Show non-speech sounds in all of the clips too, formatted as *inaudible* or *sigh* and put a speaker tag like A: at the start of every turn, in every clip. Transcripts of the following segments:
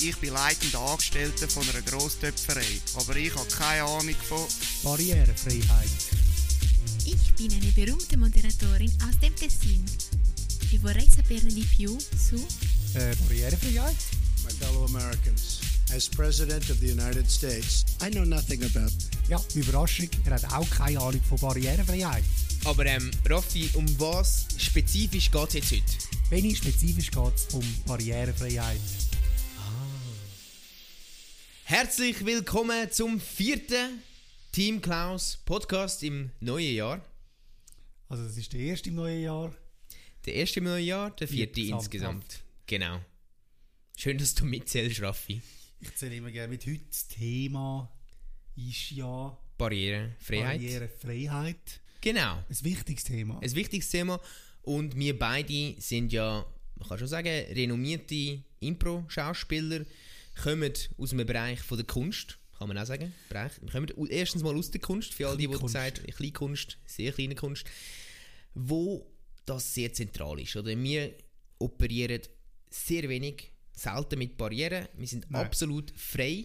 A: Ich bin leitender Angestellter von einer Grosstöpferei, aber ich habe keine Ahnung von...
B: Barrierefreiheit.
C: Ich bin eine berühmte Moderatorin aus dem Tessin. E vorrei saperne di più su...
B: Äh, Barrierefreiheit?
D: My fellow Americans, as President of the United States, I know nothing about
B: Ja, Überraschung, er hat auch keine Ahnung von Barrierefreiheit.
E: Aber ähm, Raffi, um was spezifisch geht es jetzt heute?
B: Wenig spezifisch geht es um Barrierefreiheit.
E: Herzlich willkommen zum vierten Team Klaus Podcast im neuen Jahr.
B: Also das ist der erste im neuen Jahr.
E: Der erste im neuen Jahr, der vierte
B: Insgesamt,
E: insgesamt. Genau. Schön, dass du mitzählst, Raffi.
B: Ich zähle immer gerne mit heute. Das Thema ist ja
E: Barrierefreiheit.
B: Barrierefreiheit.
E: Genau.
B: Ein wichtiges Thema.
E: Ein wichtiges Thema. Und wir beide sind ja, man kann schon sagen, renommierte Impro-Schauspieler, kommen aus dem Bereich von der Kunst, kann man auch sagen. Bereich. Wir kommen u- erstens mal aus der Kunst, für all die, die
B: Kleinkunst.
E: gesagt kleine Kunst, sehr kleine Kunst, wo das sehr zentral ist. Oder wir operieren sehr wenig, selten mit Barrieren. Wir sind
B: Nein.
E: absolut frei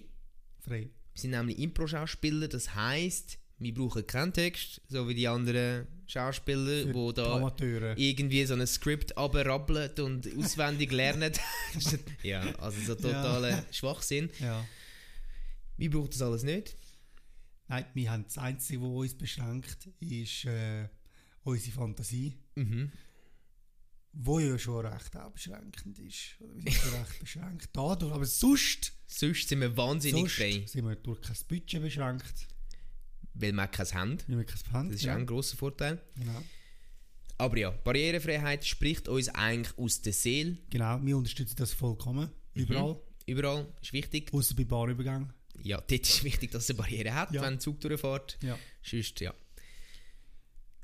B: Frei.
E: wir sind nämlich Impro-Schauspieler, das heisst, wir brauchen keinen Text, so wie die anderen Schauspieler,
B: Für
E: wo
B: die
E: da
B: Amateure.
E: irgendwie so ein Skript abrabbeln und auswendig lernen. *laughs* ja, also so totaler Schwachsinn.
B: Ja.
E: Wir brauchen das alles nicht.
B: Nein, wir haben das Einzige, was uns beschränkt, ist äh, unsere Fantasie.
E: Mhm.
B: Wo ja schon recht auch beschränkend ist. Oder wir sind
E: *laughs*
B: schon recht beschränkt dadurch. Aber sonst,
E: Sonst sind wir wahnsinnig
B: sonst
E: frei,
B: sind wir durch kein Budget beschränkt.
E: weil wir kein haben.
B: Weil wir kein Pfand
E: Das ist
B: ja.
E: auch ein grosser Vorteil.
B: genau.
E: Aber ja, Barrierefreiheit spricht uns eigentlich aus der Seele.
B: genau, wir unterstützen das vollkommen.
E: Mhm.
B: Überall.
E: Überall ist wichtig.
B: Außer bei Bahnübergängen.
E: Ja, dort ist wichtig, dass es eine Barriere hat,
B: Ja.
E: wenn ein Zug durchfährt.
B: Ja.
E: Sonst, ja.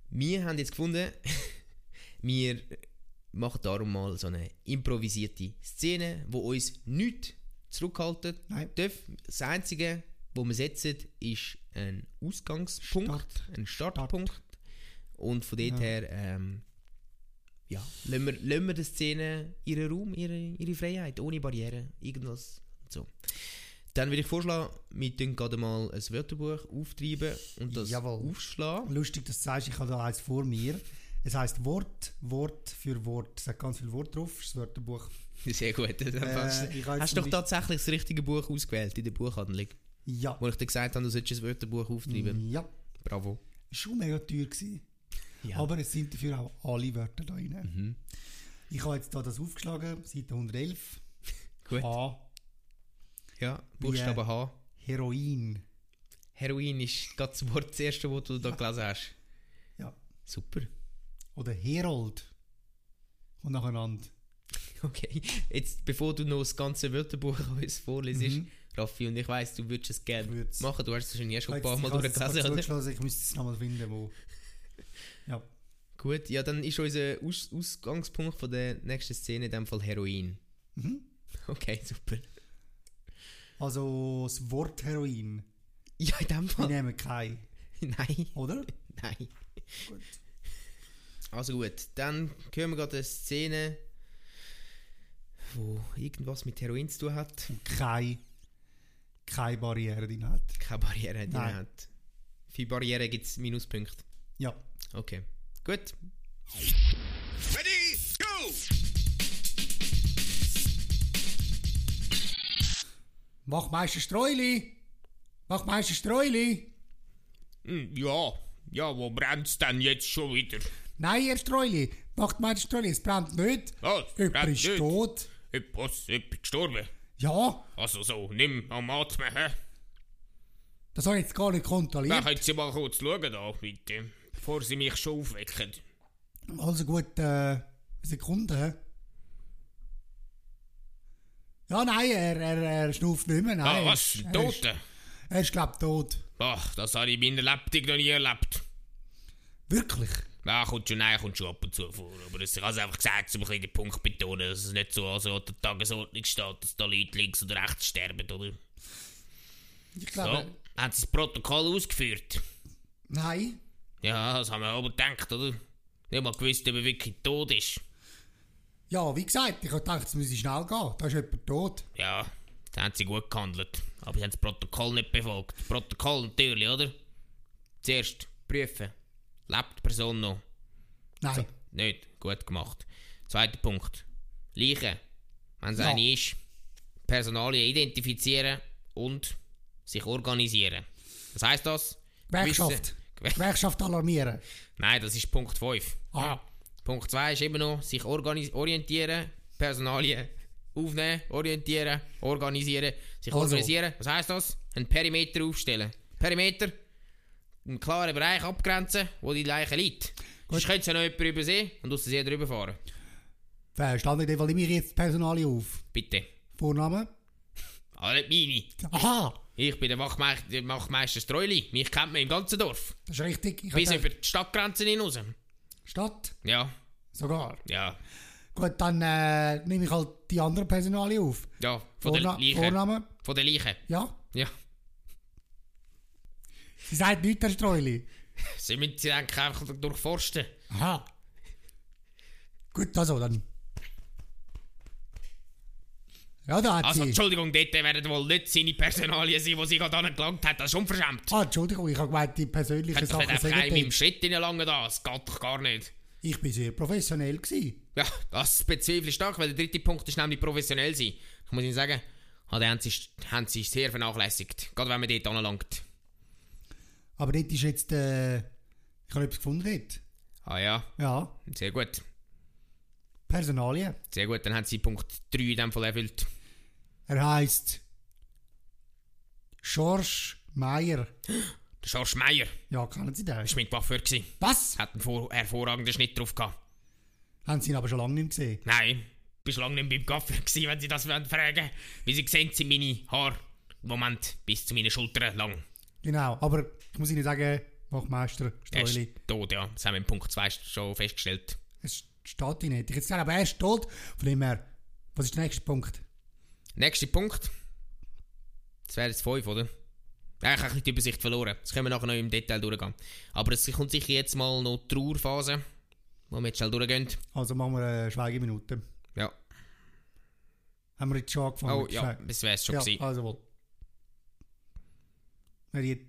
E: Wir haben jetzt gefunden, *laughs* wir machen darum mal so eine improvisierte Szene, wo uns nichts zurückhalten
B: Nein.
E: darf. Das Einzige, wo wir setzen, ist ein Ausgangspunkt,
B: Start.
E: ein Startpunkt. Und von dort
B: Ja.
E: her, ähm, ja, lassen wir, lassen wir der Szene ihren Raum, ihre, ihre Freiheit, ohne Barrieren, irgendwas und so. Dann würde ich vorschlagen, wir tun gerade mal ein Wörterbuch auftreiben und das
B: Jawohl.
E: aufschlagen.
B: Lustig, dass du sagst, ich habe da eins vor mir. Es heißt Wort, Wort für Wort. Es hat ganz viel Wort drauf, ist das Wörterbuch.
E: Sehr gut. Dann
B: Äh,
E: passt.
B: ich habe jetzt
E: Hast du doch
B: zum
E: tatsächlich das richtige Buch ausgewählt in der Buchhandlung,
B: Ja.
E: wo ich dir gesagt habe, du solltest ein Wörterbuch auftreiben.
B: Ja.
E: Bravo.
B: Schon mega teuer gewesen.
E: Ja. Mhm.
B: Aber es sind dafür auch alle Wörter da drin. Ich habe jetzt da das aufgeschlagen, Seite 111.
E: Gut.
B: A.
E: Ja, Buchstabe H.
B: Heroin.
E: Heroin ist gerade das Wort das erste, was du da gelesen hast.
B: Ja.
E: Super. *laughs*
B: Oder Herold. Und nacheinander.
E: Okay, jetzt bevor du noch das ganze Wörterbuch uns vorlesest, Raffi, und ich weiss, du würdest es
B: Ich
E: gerne
B: Mhm. würd's.
E: machen, du hast es wahrscheinlich erst schon ein
B: Jetzt-
E: paar Mal
B: ich habe es zwar
E: durchgelesen, oder?
B: zurückgelesen, Ich müsste es nochmal finden, wo. ja.
E: Gut, ja, dann ist unser Aus Ausgangspunkt von der nächsten Szene in dem Fall Heroin.
B: Mhm.
E: Okay, super.
B: Also das Wort Heroin.
E: Ja, in dem
B: Wir
E: Fall.
B: nehmen kein,
E: *laughs* Nein,
B: oder?
F: *laughs*
E: nein.
B: Gut.
E: Also gut, dann hören wir gerade eine Szene, wo irgendwas mit Heroin zu tun hat.
B: Hm. Keine, keine Barriere drin hat.
E: Keine Barriere, die
B: Nein.
E: er hat. Für Barriere gibt es Minuspunkte.
B: Ja.
E: Okay, gut.
F: Ready, go!
B: Mach Meister Streuli! Mach Meister Streuli!
F: Ja, ja, wo brennt's denn jetzt schon wieder?
B: Nein, Herr Streuli! Macht Meister Streuli, es brennt nicht!
F: Was?
B: Jemand
F: Brennt
B: ist
F: nicht?
B: tot!
F: Ey, Was? Ich bin gestorben.
B: Ja,
F: Also so, nimm am Atmen, hä?
B: das habe ich jetzt gar nicht
F: Dann
B: kontrolliert.
F: können Sie mal kurz schauen da, bitte. Bevor Sie mich schon aufwecken.
B: Also gut, äh, Sekunde. hä? Ja, nein, er, er, er schnauft nicht mehr. Nein,
F: Ah,
B: er
F: was?
B: ist- er ist-
F: Tote?
B: Er ist, glaube ich, tot.
F: Ach, das habe ich in meiner Lebtag noch nie erlebt.
B: Wirklich?
F: Ja, kommt schon, nein, kommt schon ab und zu vor. Aber das- ich habe es einfach gesagt, um ein bisschen den Punkt zu betonen, dass es nicht so also an der Tagesordnung steht, dass da Leute links oder rechts sterben, oder?
B: Ich
F: So,
B: glaube,
F: haben Sie das Protokoll ausgeführt?
B: nein.
F: Ja, das haben wir aber gedacht, oder? Nicht mal gewusst, ob er wirklich tot ist.
B: Ja, wie gesagt, ich habe gedacht, es müsse schnell gehen. Da ist jemand tot.
F: Ja,
E: Da haben sie gut gehandelt. Aber sie haben das Protokoll nicht befolgt. Das Protokoll natürlich, oder? Zuerst prüfen. Lebt die Person noch?
B: Nein.
E: Nicht. Gut gemacht. Zweiter Punkt. Leiche. Wenn es
B: Ja.
E: eine ist. Personalien identifizieren und sich organisieren. Was heisst das?
B: Gewerkschaft.
E: Gewer- *laughs*
B: Gewerkschaft alarmieren.
E: Nein, das ist Punkt 5.
B: Ah.
E: Punkt 2 ist immer noch sich organis- orientieren, Personalien aufnehmen, orientieren, organisieren, sich
B: Also.
E: organisieren. Was heisst das? Einen Perimeter aufstellen. Perimeter, einen klaren Bereich abgrenzen, wo die Leiche liegt. Sonst könnte sie noch jemand übersehen und aus der See drüber fahren.
B: Wer stand in dem Fall nehme ich jetzt die Personalie auf?
E: Bitte.
B: Vorname?
E: Aber nicht meine.
B: Aha!
E: Ich bin der Wachmeister, der Wachmeister Streuli. Mich kennt man im ganzen Dorf.
B: Das ist richtig. Ich
E: Bis
B: hätte-
E: über die Stadtgrenzen hinaus.
B: Stadt?
E: Ja,
B: Sogar.
E: ja,
B: Gut, dann äh, nehme ich halt die anderen Personalie auf.
E: ja. Von der
B: Vorna-
E: Leiche.
B: Vorname?
E: Von der Leiche.
B: Ja.
E: Ja. *laughs*
B: Sie sagt nichts, Herr Streuli.
E: Sie müssen sie eigentlich einfach durchforsten.
B: Aha. Gut, also dann. Ja, da hat
E: Also,
B: sie.
E: Entschuldigung, dort werden wohl nicht seine Personalien sein, die sie gerade angelangt hat. Das ist unverschämt.
B: Ah, Entschuldigung, ich habe gemeint, die persönlichen
E: Könnt doch nicht
B: Sachen
E: einfach einem im
B: sind.
E: Schritt hineinlangen da. Das geht doch gar nicht.
B: Ich bin sehr professionell gewesen.
E: Ja, das bezweifle ich stark, weil der dritte Punkt ist nämlich professionell sein. Ich muss Ihnen sagen, ah, den haben sie, haben sie sehr vernachlässigt. Gerade wenn man dort anlangt.
B: Aber dort ist jetzt, äh, ich habe etwas gefunden dort.
E: Ah ja,
B: Ja,
E: sehr gut.
B: Personalie.
E: Sehr gut, dann haben sie Punkt 3 in dem Fall erfüllt.
B: Er heißt Schorsch Meier.
E: Der Schorsch Meier
B: Ja, kennen Sie den?
E: war mein Coiffeur. gewesen.
B: Was?
E: Hat einen vor hervorragenden Schnitt drauf gehabt.
B: Haben Sie ihn aber schon lange nicht mehr gesehen.
E: Nein, bist lange nicht beim Kaffee gewesen, wenn Sie das wollen fragen. Wie Sie sehen, sind meine Haare im Moment bis zu meinen Schultern lang.
B: Genau, aber ich muss Ihnen sagen, Wachmeister
E: Er ist
B: Streuli,
E: tot, ja. Das haben wir im Punkt 2 schon festgestellt.
B: es steht Ihnen nicht. Ich hätte gesagt, aber er ist tot. Von dem her, was ist der nächste Punkt?
E: Nächster Punkt. Das wäre jetzt 5, oder? Ja, ich habe ein bisschen die Übersicht verloren. Das können wir nachher noch im Detail durchgehen. Aber es kommt sicher jetzt mal noch die Trauerphase, wo wir jetzt schnell durchgehen.
B: Also machen wir eine Schweigeminute.
E: Ja.
B: Haben wir jetzt schon angefangen?
E: Oh
B: mit
E: ja,
B: Schweigen?
E: das wäre es schon
B: ja,
E: gewesen.
B: also wohl. Wer jetzt-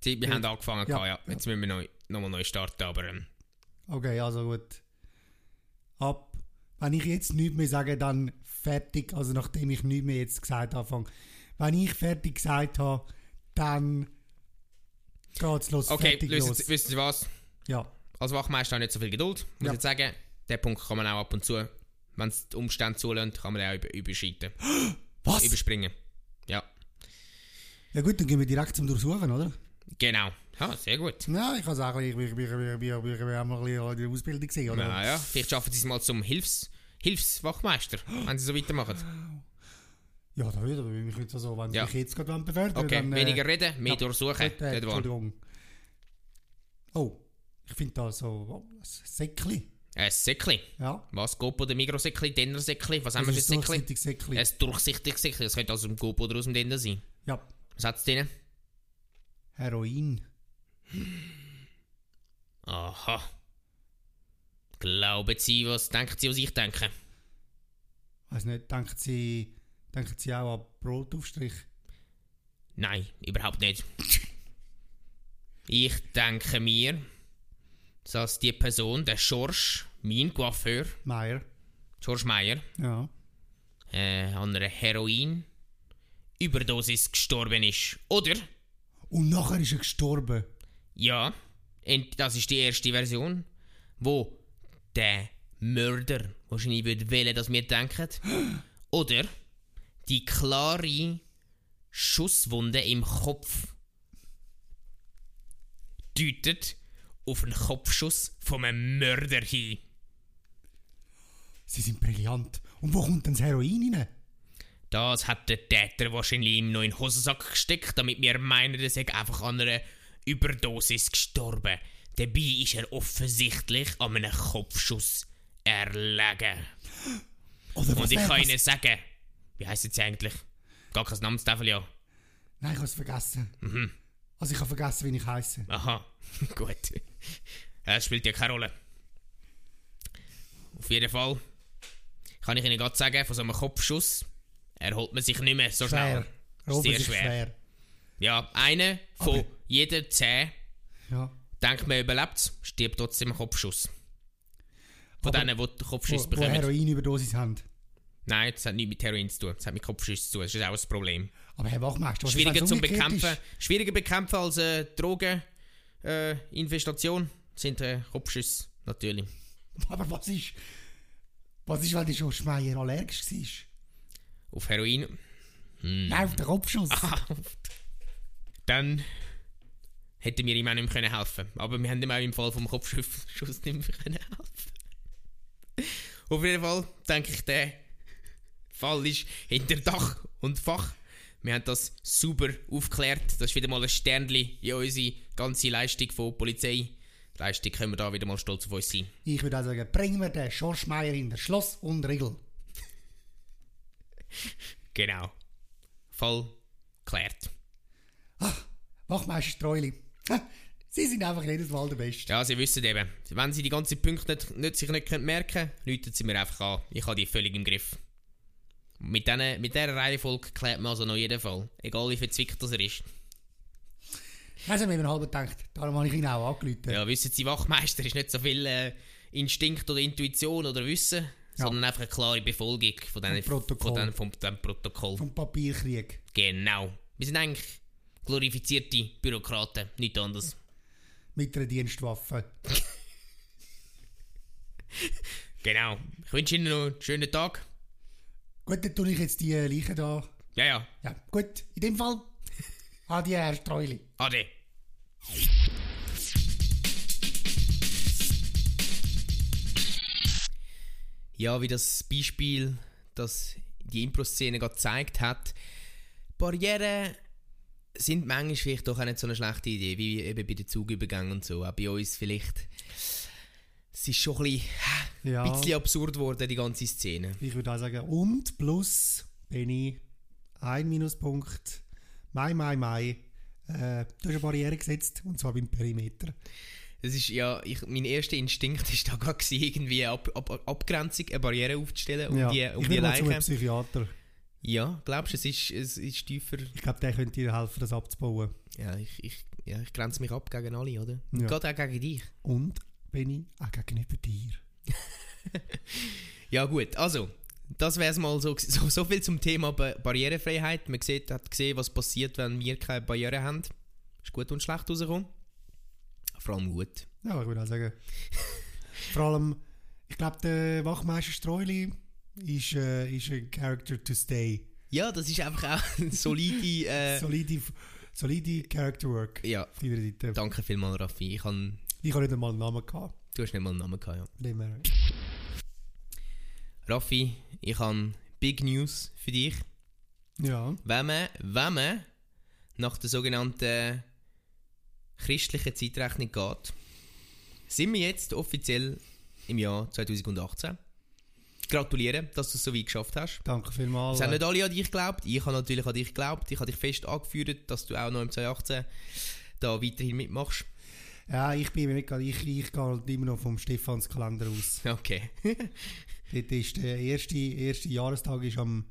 E: Sie- Wir haben angefangen,
B: Ja,
E: ja. ja. Jetzt müssen wir neu, nochmal neu starten, aber... Ähm,
B: Okay, also gut. Ab. Wenn ich jetzt nichts mehr sage, dann fertig. Also nachdem ich nichts mehr jetzt gesagt habe, fang- wenn ich fertig gesagt habe, dann geht's los.
E: okay,
B: fertig
E: lösen
B: los.
E: Sie, wissen Sie was?
B: Ja.
E: als Wachmeister habe Also, ich nicht so viel Geduld. Muss
B: Ja.
E: jetzt sagen, den Punkt kann man auch ab und zu, wenn es die Umstände zulassen, kann man den auch über, überschreiten.
B: Was?
E: Überspringen. Ja,
B: Ja gut, dann gehen wir direkt zum Durchsuchen, oder?
E: genau. Ja, sehr gut.
B: Ja, ich kann sagen, ich, ich, ich, ich, ich, ich, ich habe mal ein bisschen in der Ausbildung gesehen, oder?
E: Na ja, vielleicht schaffen sie es mal zum Hilfs Hilfswachmeister, wenn sie so weitermachen.
B: Ja, da würde ich mich jetzt so, wenn
E: Ja.
B: ich jetzt gerade befördern
E: Okay,
B: dann... äh,
E: weniger reden, mehr
B: ja.
E: durchsuchen.
B: Äh,
E: Dort wohl.
B: Entschuldigung. Oh, ich finde da so ein Säckli.
E: Ein Äh, Säckli.
B: Ja.
E: Was? Gopo oder Mikrosäckli? Dennersäckli? Was haben wir für ein
B: Das ist ein
E: Säckli?
B: durchsichtiges Säckli.
E: Ein durchsichtiges Säckli. Das könnte aus dem Gopo oder aus dem Denner sein.
B: Ja,
E: Was hat es drin?
B: Heroin.
E: Aha. Glauben Sie, was denken Sie, was ich denke?
B: Weiß nicht, denken Sie, denken Sie auch an Brotaufstrich?
E: Nein, überhaupt nicht. Ich denke mir, dass die Person, der Schorsch, mein Coiffeur,
B: Meier.
E: Schorsch Meier,
B: Ja.
E: äh, an einer Heroin-Überdosis gestorben ist. Oder?
B: Und nachher ist er gestorben.
E: Ja, und das ist die erste Version, wo der Mörder wahrscheinlich würde wählen, dass wir denken. Oder die klare Schusswunde im Kopf deutet auf einen Kopfschuss von einem Mörder hin.
B: Sie sind brillant. Und wo kommt denn das Heroin rein?
E: Das hat der Täter wahrscheinlich ihm noch in den Hosensack gesteckt, damit wir meinen, er sei einfach an einer Überdosis gestorben. Dabei ist er offensichtlich an einem Kopfschuss erlegen.
B: Oder
E: Und ich
B: wär-
E: kann Ihnen sagen, wie heissen sie eigentlich? Gar kein Namenstafel, ja.
B: Nein, ich habe es vergessen.
E: Mhm.
B: Also ich habe vergessen, wie ich heiße.
E: Aha, *laughs* gut. Das spielt ja keine Rolle. Auf jeden Fall kann ich Ihnen gerade sagen, von so einem Kopfschuss erholt man sich nicht mehr so
B: Schwer.
E: schnell.
B: Erhoben
E: Sehr
B: sich
E: schwer. Ja, einer von
B: Aber-
E: jeder zehn
B: Ja.
E: denkt, man überlebt es, stirbt trotzdem einen Kopfschuss. Von
B: Aber
E: denen, die den
B: Wo,
E: Kopfschuss
B: wo
E: bekommen.
B: Heroinüberdosis haben.
E: Nenein, das hat nichts mit Heroin zu tun. Das hat mit Kopfschüssen zu tun. Das ist auch ein Problem.
B: Aber Herr Wachmeister, was ist,
E: Schwieriger
B: wenn's
E: zum
B: umgekehrt
E: Bekämpfen.
B: Ist?
E: Schwieriger bekämpfen als äh, Drogeninfestation äh, Infestation sind äh, Kopfschüsse, natürlich.
B: *laughs* Aber was ist, was ist, wenn der Schuss Meier allergisch war?
E: Auf Heroin. Mhm.
B: Nein, auf den Kopfschuss.
E: Dann hätten wir ihm auch nicht mehr können helfen Aber wir haben ihm auch im Fall vom Kopfschuss *laughs* Schuss nicht mehr können helfen Auf jeden Fall denke ich, der Fall ist hinter Dach und Fach. Wir haben das super aufgeklärt. Das ist wieder mal ein Sternli in unsere ganze Leistung von der Polizei. Die Leistung können wir da wieder mal stolz auf uns sein.
B: Ich würde auch sagen, bringen wir den Schorschmeier in das Schloss und Riegel.
E: Genau. Fall geklärt.
B: Wachmeister Streuli. *laughs* Ha, Sie sind einfach jedes Mal der Beste.
E: Ja, Sie wissen eben, wenn Sie die ganzen Punkte nicht, nicht, sich nicht können merken können, läuten Sie mir einfach an. Ich habe die völlig im Griff. Mit, denen, mit dieser Reihenfolge klärt man also noch jeden Fall. Egal wie verzwickt das er ist.
B: Das haben wir eben halb gedacht. Darum habe ich ihn auch angeläutet.
E: Ja, wissen Sie, Wachmeister ist nicht so viel äh, Instinkt oder Intuition oder Wissen, sondern einfach eine klare Befolgung von diesen-
B: Vom Protokoll.
E: Von diesen- vom, dem Protokoll.
B: Vom Papierkrieg.
E: genau. Wir sind eigentlich glorifizierte Bürokraten, nichts anderes.
B: Mit einer Dienstwaffe.
E: Genau. Ich wünsche Ihnen noch einen schönen Tag.
B: Gut, dann tue ich jetzt die Leiche da.
E: Ja, ja.
B: Ja, gut. In dem
E: *laughs*
B: Fall. Adi, Herr Streuli.
E: Ade. Ja, wie das Beispiel, das die Impro-Szene gerade gezeigt hat, Barrieren sind manchmal vielleicht doch auch nicht so eine schlechte Idee, wie eben bei den Zugübergängen und so, auch bei uns vielleicht. Es ist schon ein bisschen,
B: Ja.
E: ein bisschen absurd geworden, die ganze Szene.
B: Ich würde auch sagen, und plus bin ich ein Minuspunkt. Mai, mai, mai. Äh, du hast eine Barriere gesetzt, und zwar beim Perimeter.
E: Das ist ja, ich, mein erster Instinkt *laughs* ist da gerade gewesen, irgendwie eine ab, ab, Abgrenzung, eine Barriere aufzustellen um die, um
B: ich
E: die
B: will mal zu einem
E: Leiche.
B: Psychiater.
E: Ja, glaubst du, es ist, es ist tiefer?
B: Ich glaube, der könnte dir helfen, das abzubauen.
E: Ja, ich, ich, ja, ich grenze mich ab gegen alle, oder?
B: Ja.
E: Ja. Gerade auch gegen dich.
B: Und bin ich auch gegenüber dir.
E: Ja gut, also, das wäre es mal so, gsi- *laughs* so. So viel zum Thema ba Barrierefreiheit. Man sieht, hat gesehen, was passiert, wenn wir keine Barriere haben. Ist gut und schlecht rausgekommen. Vor allem gut.
B: Ja, ich würde auch
E: *laughs*
B: sagen. Vor allem, ich glaube, der Wachmeister Streuli ist, äh, ist ein Character to stay.
E: Ja, das ist einfach auch *laughs* eine solide... Äh,
B: Solide, solide Character Work.
E: ja,
B: Auf deiner Seite.
E: danke vielmals, Raffi. Ich kann,
B: Ich habe nicht einmal einen Namen gehabt.
E: du hast nicht mal einen Namen gehabt, ja.
B: Von dem her.
E: Raffi, ich habe Big News für dich.
B: Ja.
E: Wenn man, wenn man nach der sogenannten christlichen Zeitrechnung geht, sind wir jetzt offiziell im Jahr 2018. Gratuliere, dass du es so weit geschafft hast.
B: Danke vielmals.
E: Es haben nicht alle an dich geglaubt. Ich habe natürlich an dich geglaubt. Ich habe dich fest angeführt, dass du auch noch im 2018 da weiterhin mitmachst. *laughs*
B: Ja, ich bin mir nicht gerade- ich, ich gehe halt immer noch vom Stephanskalender aus.
E: Okay. *laughs*
B: Dort ist der erste, erste Jahrestag ist am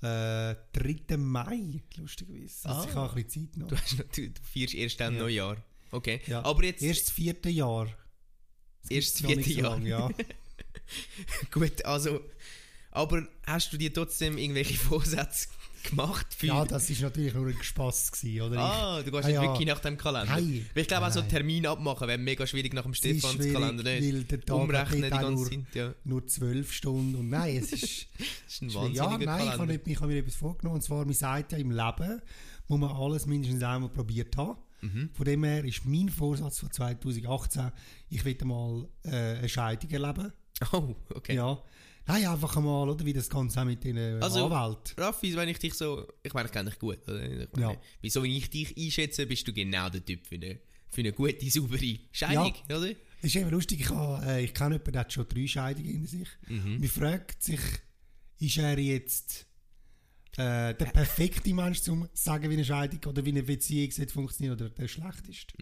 B: äh, 3. Mai, lustigerweise. Also
E: Ah.
B: ich habe ein bisschen Zeit noch.
E: Du, hast noch, du, du feierst erst dann
B: Ja.
E: Neujahr. Okay.
B: Ja.
E: Aber jetzt
B: Erst das vierte Jahr.
E: erst
B: Noch nicht so
E: Jahr.
B: lang, ja.
E: *laughs* *laughs* Gut, also. Aber hast du dir trotzdem irgendwelche *laughs* Vorsätze gemacht für.
B: ja, das war natürlich nur ein Spass, gewesen, oder?
E: ah, du gehst nicht
B: Ah, ja.
E: wirklich nach dem Kalender.
B: Nein.
E: Weil ich glaube, auch so
B: Nein.
E: Termin abmachen wäre mega schwierig nach dem
B: Es ist
E: Stephanskalender.
B: schwierig,
E: nicht?
B: Weil der Tag
E: Umrechnen die
B: hat auch
E: ganze
B: nur,
E: Zeit. Ja,
B: nur zwölf Stunden. Und nein, es
E: *laughs*
B: ist...
E: das ist ein
B: Ja, nein,
E: wahnsinniger
B: ich
E: Kalender.
B: habe, nicht, ich habe mir etwas vorgenommen. Und zwar, man sagt ja, im Leben muss man alles mindestens einmal probiert haben.
E: Mhm.
B: Von dem her ist mein Vorsatz von 2018, ich will mal äh, eine Scheidung erleben.
E: *laughs* Oh, okay.
B: Ja. Nein, einfach mal, oder, wie das Ganze auch mit den äh,
E: Also-
B: Anwälten.
E: Raffi, wenn ich dich so. Ich meine, ich kenne dich gut. Oder? Ich
B: Ja.
E: meine, Wieso, wenn ich dich einschätze, bist du genau der Typ für eine, für eine gute, *laughs* saubere Scheidung, oder?
B: Es ist eben lustig, ich, habe, äh, ich kenne jemanden, der hat schon drei Scheidungen hinter sich.
E: Mhm.
B: Man fragt sich, ist er jetzt äh, der perfekte Mensch, um zu sagen, wie eine Scheidung oder wie eine Beziehung sollte funktionieren oder der schlechteste?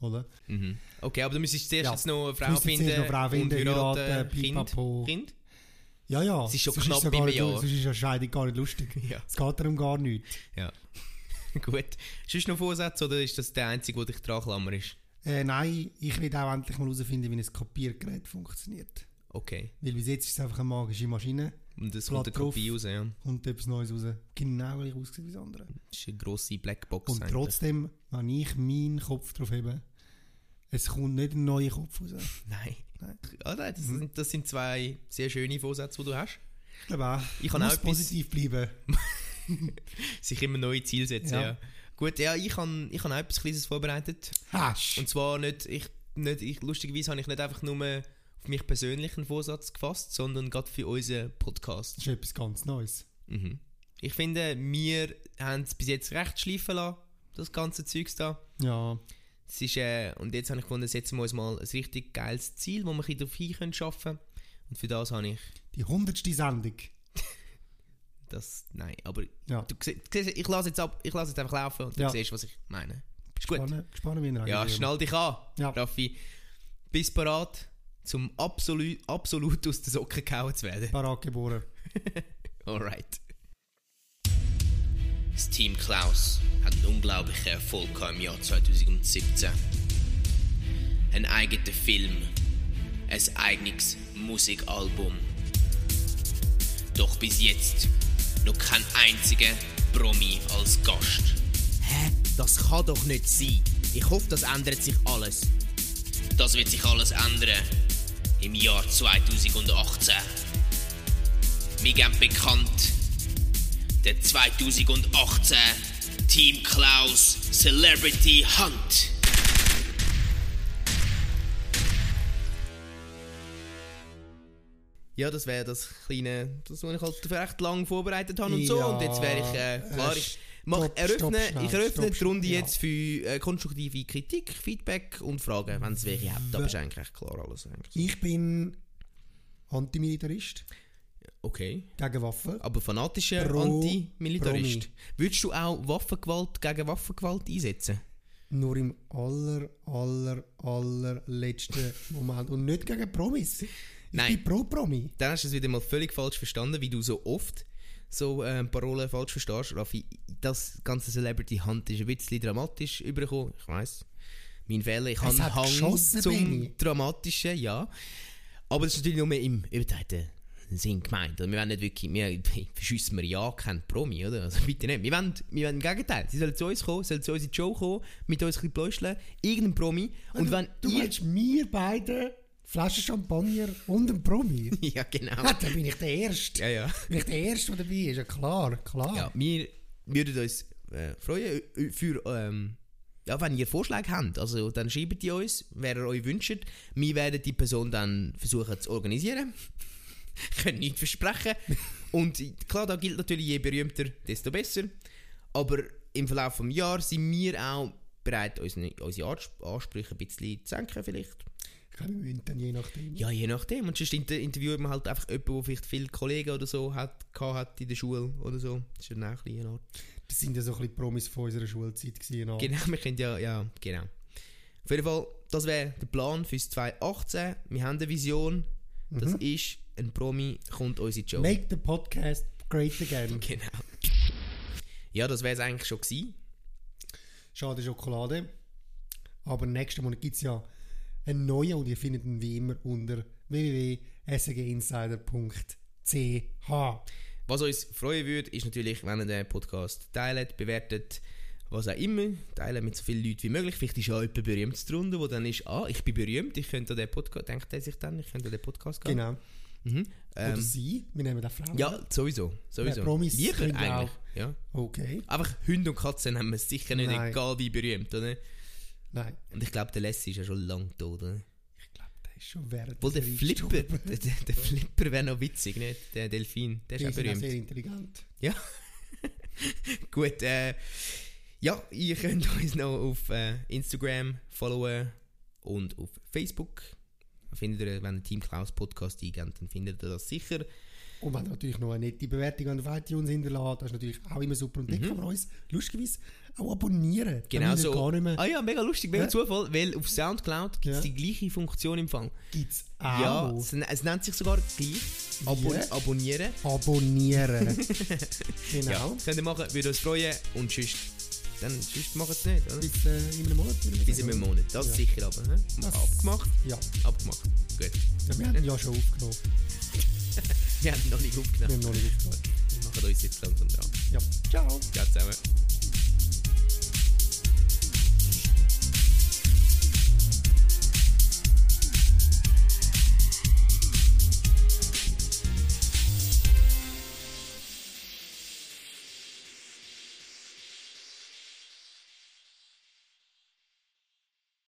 B: Oder?
E: Mhm. Okay, aber du müsstest zuerst
B: Ja.
E: jetzt noch eine
B: Du
E: Frau
B: müsstest zuerst
E: finden.
B: noch eine Frau finden,
E: und
B: *laughs*
E: heiraten,
B: heiraten,
E: Kind,
B: pipapo.
E: kind.
B: Ja, ja.
F: Es ist schon
B: sonst
F: knapp
B: ja gar
F: im
B: nicht-
F: Jahr.
B: Sonst ist ja Scheidung gar nicht lustig.
F: Ja.
B: Es geht darum gar nicht.
E: *laughs*
F: Ja. Gut. Sonst noch Vorsätze oder ist das der einzige, der dich dran klammert ist?
B: Äh, nein, ich will auch endlich mal herausfinden, wie ein Kopiergerät funktioniert.
F: Okay.
B: Weil bis jetzt ist es einfach eine magische Maschine.
F: Und es
B: Blatt
F: kommt eine
B: drauf.
F: Kopie raus, ja.
B: Kommt etwas Neues raus. Genau gleich aussieht wie das andere.
F: Das ist eine grosse Blackbox.
B: Und
F: eigentlich.
B: trotzdem, wenn ich meinen Kopf drauf hebe, es kommt nicht ein neuer Kopf raus.
F: *laughs* Nein.
B: Nein.
F: Ja, nein das, sind, das sind zwei sehr schöne Vorsätze, die du hast.
B: Ich glaube auch.
F: Ich kann
B: muss
F: auch etwas-
B: positiv bleiben.
F: Sich immer neue Ziele setzen,
B: Ja.
F: ja. Gut, ja, ich habe ich han auch etwas Kleines vorbereitet.
B: Hast.
F: Und zwar nicht, ich, nicht ich, lustigerweise habe ich nicht einfach nur auf mich persönlich einen Vorsatz gefasst, sondern gerade für unseren Podcast.
B: Das ist etwas ganz Neues.
F: Mhm. Ich finde, wir haben es bis jetzt recht schleifen lassen, das ganze Zeugs da.
B: Ja.
F: Es ist, äh, und jetzt habe ich gefunden, setzen wir uns mal ein richtig geiles Ziel, wo wir ein bisschen darauf hin können schaffen. Und für das habe ich
B: Die hundertste Sendung.
F: das, nein, aber
B: Ja.
F: du sie- du siehst, ich lasse jetzt ab, ich lasse jetzt einfach laufen und du
B: Ja.
F: siehst, was ich meine. Ist gut.
B: Gespannt, gespannt wie er
F: Ja,
B: eigentlich-
F: schnall dich an,
B: Ja.
F: Raffi. Bist parat, zum absolut, absolut aus den Socken gehauen zu werden.
B: Parat geboren.
F: Alright.
E: Das Team Klaus hat einen unglaublichen Erfolg gehabt im Jahr 2017. Ein eigener Film, ein eigenes Musikalbum. Doch bis jetzt noch kein einziger Promi als Gast.
F: Hä? Das kann doch nicht sein. Ich hoffe, das ändert sich alles.
E: Das wird sich alles ändern im Jahr 2018. Wir geben bekannt der 2018 Team Klaus Celebrity Hunt.
F: Ja, das wäre das kleine, das, was ich halt recht lang vorbereitet habe und so.
B: Ja,
F: Und jetzt wäre ich, äh, klar,
B: äh,
F: ich mach,
B: stopp,
F: eröffne,
B: stopp,
F: ich
B: schnell,
F: eröffne
B: stopp,
F: die Runde
B: ja.
F: jetzt für äh, konstruktive Kritik, Feedback und Fragen, wenn es welche habt. Aber ist eigentlich recht klar alles. Eigentlich.
B: Ich bin Antimilitarist
F: Okay.
B: gegen Waffen.
F: Aber fanatischer
B: Pro-
F: Antimilitarist.
B: Promi.
F: Würdest du auch Waffengewalt gegen Waffengewalt einsetzen?
B: Nur im aller, aller, allerletzten *laughs* Moment. Und nicht gegen Promis. Ich
F: Nein.
B: bin pro Promi.
F: Dann hast du es wieder mal völlig falsch verstanden, wie du so oft so äh, Parolen falsch verstehst. Raffi, das ganze Celebrity Hunt ist ein bisschen dramatisch übergekommen. Ich weiß, mein Fehler. Ich habe
B: hat
F: einen Hang
B: geschossen,
F: zum
B: Benny.
F: Dramatischen, ja. Aber das ist natürlich nur im übertragenen Sinn gemeint. Also wir wollen nicht wirklich, wir verschissen wir ja keinen Promi, oder? Also bitte nicht. Wir wollen, wir wollen im Gegenteil. Sie sollen zu uns kommen, sollen zu uns in die Show kommen, mit uns ein bisschen pläuscheln, irgendein Promi. Und wenn
B: Also, Du
F: ihr...
B: meinst, wir beide Flaschen Champagner und ein Promi?
F: *laughs* *laughs* Ja, genau.
B: ja, dann bin ich der Erste.
F: Ja, ja.
B: Bin ich der Erste, der dabei ist. Ja, klar, klar.
F: Ja, wir würden uns äh, freuen äh, für, ähm, ja, wenn ihr Vorschläge habt. Also dann schreibt ihr uns, wer ihr euch wünscht. Wir werden die Person dann versuchen zu organisieren. *laughs* Können nichts versprechen. Und klar, da gilt natürlich, je berühmter, desto besser. Aber im Verlauf des Jahres sind wir auch bereit, unsere, unsere Ans- Ansprüche ein bisschen zu senken vielleicht.
B: Ich kann mich wünscht, dann je nachdem.
F: Ja, je nachdem. Und sonst inter interviewt man halt einfach jemanden, der vielleicht viele Kollegen oder so hat, gehabt hat in der Schule oder so. Das ist dann auch ein bisschen eine Art
B: Das sind ja so ein bisschen Promis von unserer Schulzeit. Gewesen, auch.
F: Genau, wir können ja, ja, genau. Auf jeden Fall, das wäre der Plan fürs 2018. Wir haben eine Vision. Das
B: Mhm.
F: ist, ein Promi kommt uns in die Show.
B: Make the podcast great again.
F: Genau. Ja, das wäre es eigentlich schon gewesen.
B: Schade Schokolade. Aber nächsten Monat gibt es ja einen neuen und ihr findet ihn wie immer unter www.sginsider.ch.
F: Was uns freuen würde, ist natürlich, wenn ihr den Podcast teilt, bewertet, was auch immer. Teilen mit so vielen Leuten wie möglich. Vielleicht ist auch jemand berühmt drunter, wo dann ist, ah, ich bin berühmt, ich könnte an den Podcast, denkt er sich dann, ich könnte an den Podcast gehen.
B: Genau.
F: Mhm.
B: Oder
F: Ähm,
B: sie, wir nehmen den Frauen.
F: ja, sowieso. sowieso.
B: Ja, Promis
F: Lieber
B: können ja
F: eigentlich. Ja.
B: Okay.
F: Einfach Hunde und Katzen haben wir sicher nicht,
B: Nein.
F: egal wie berühmt, oder?
B: Nein,
F: Und ich glaube, der Lassie ist ja schon lange tot, oder?
B: ich glaube, der ist schon während
F: Obwohl der
B: Krieg
F: Flipper,
B: gestorben.
F: *laughs* der, der der Flipper wäre noch witzig, nicht? Der Delfin, der ist
B: Der
F: auch
B: ist ja sehr
F: berühmt.
B: intelligent.
F: Ja. Gut, äh, ja, ihr könnt *laughs* uns noch auf äh, Instagram followen und auf Facebook. Da Findet ihr, wenn ihr Team Klaus Podcast eingebt, dann findet ihr das sicher.
B: Und wenn ihr natürlich noch eine nette Bewertung auf iTunes hinterlässt, das ist natürlich auch immer super. Und dann kann man uns lustigerweise auch abonnieren. Dann
F: Mhm. Genau
B: müsst ihr
F: so.
B: gar nicht mehr.
F: Ah ja, mega lustig, mega
B: Hä?
F: Zufall, weil auf Soundcloud gibt es
B: Ja.
F: die gleiche Funktion im Fang.
B: Gibt's
F: Ja,
B: auch.
F: es, es nennt sich sogar gleich Abon
B: Wie?
F: abonnieren. *laughs*
B: Abonnieren. genau.
F: Ja, das könnt ihr machen, würde uns freuen und sonst, dann, sonst macht es nicht, oder?
B: Bis äh, in einem Monat. würde ich
F: Bis in
B: sagen.
F: einem Monat, das
B: Ja.
F: sicher aber. hä?
B: Das-
F: Abgemacht,
B: Ja.
F: abgemacht, gut.
B: ja, wir haben ja schon aufgenommen.
F: Wir haben noch nicht
B: Wir
F: aufgenommen,
B: haben noch nicht aufgenommen.
F: wir machen uns jetzt langsam dran.
B: Ja. Ciao.
F: Ciao zusammen.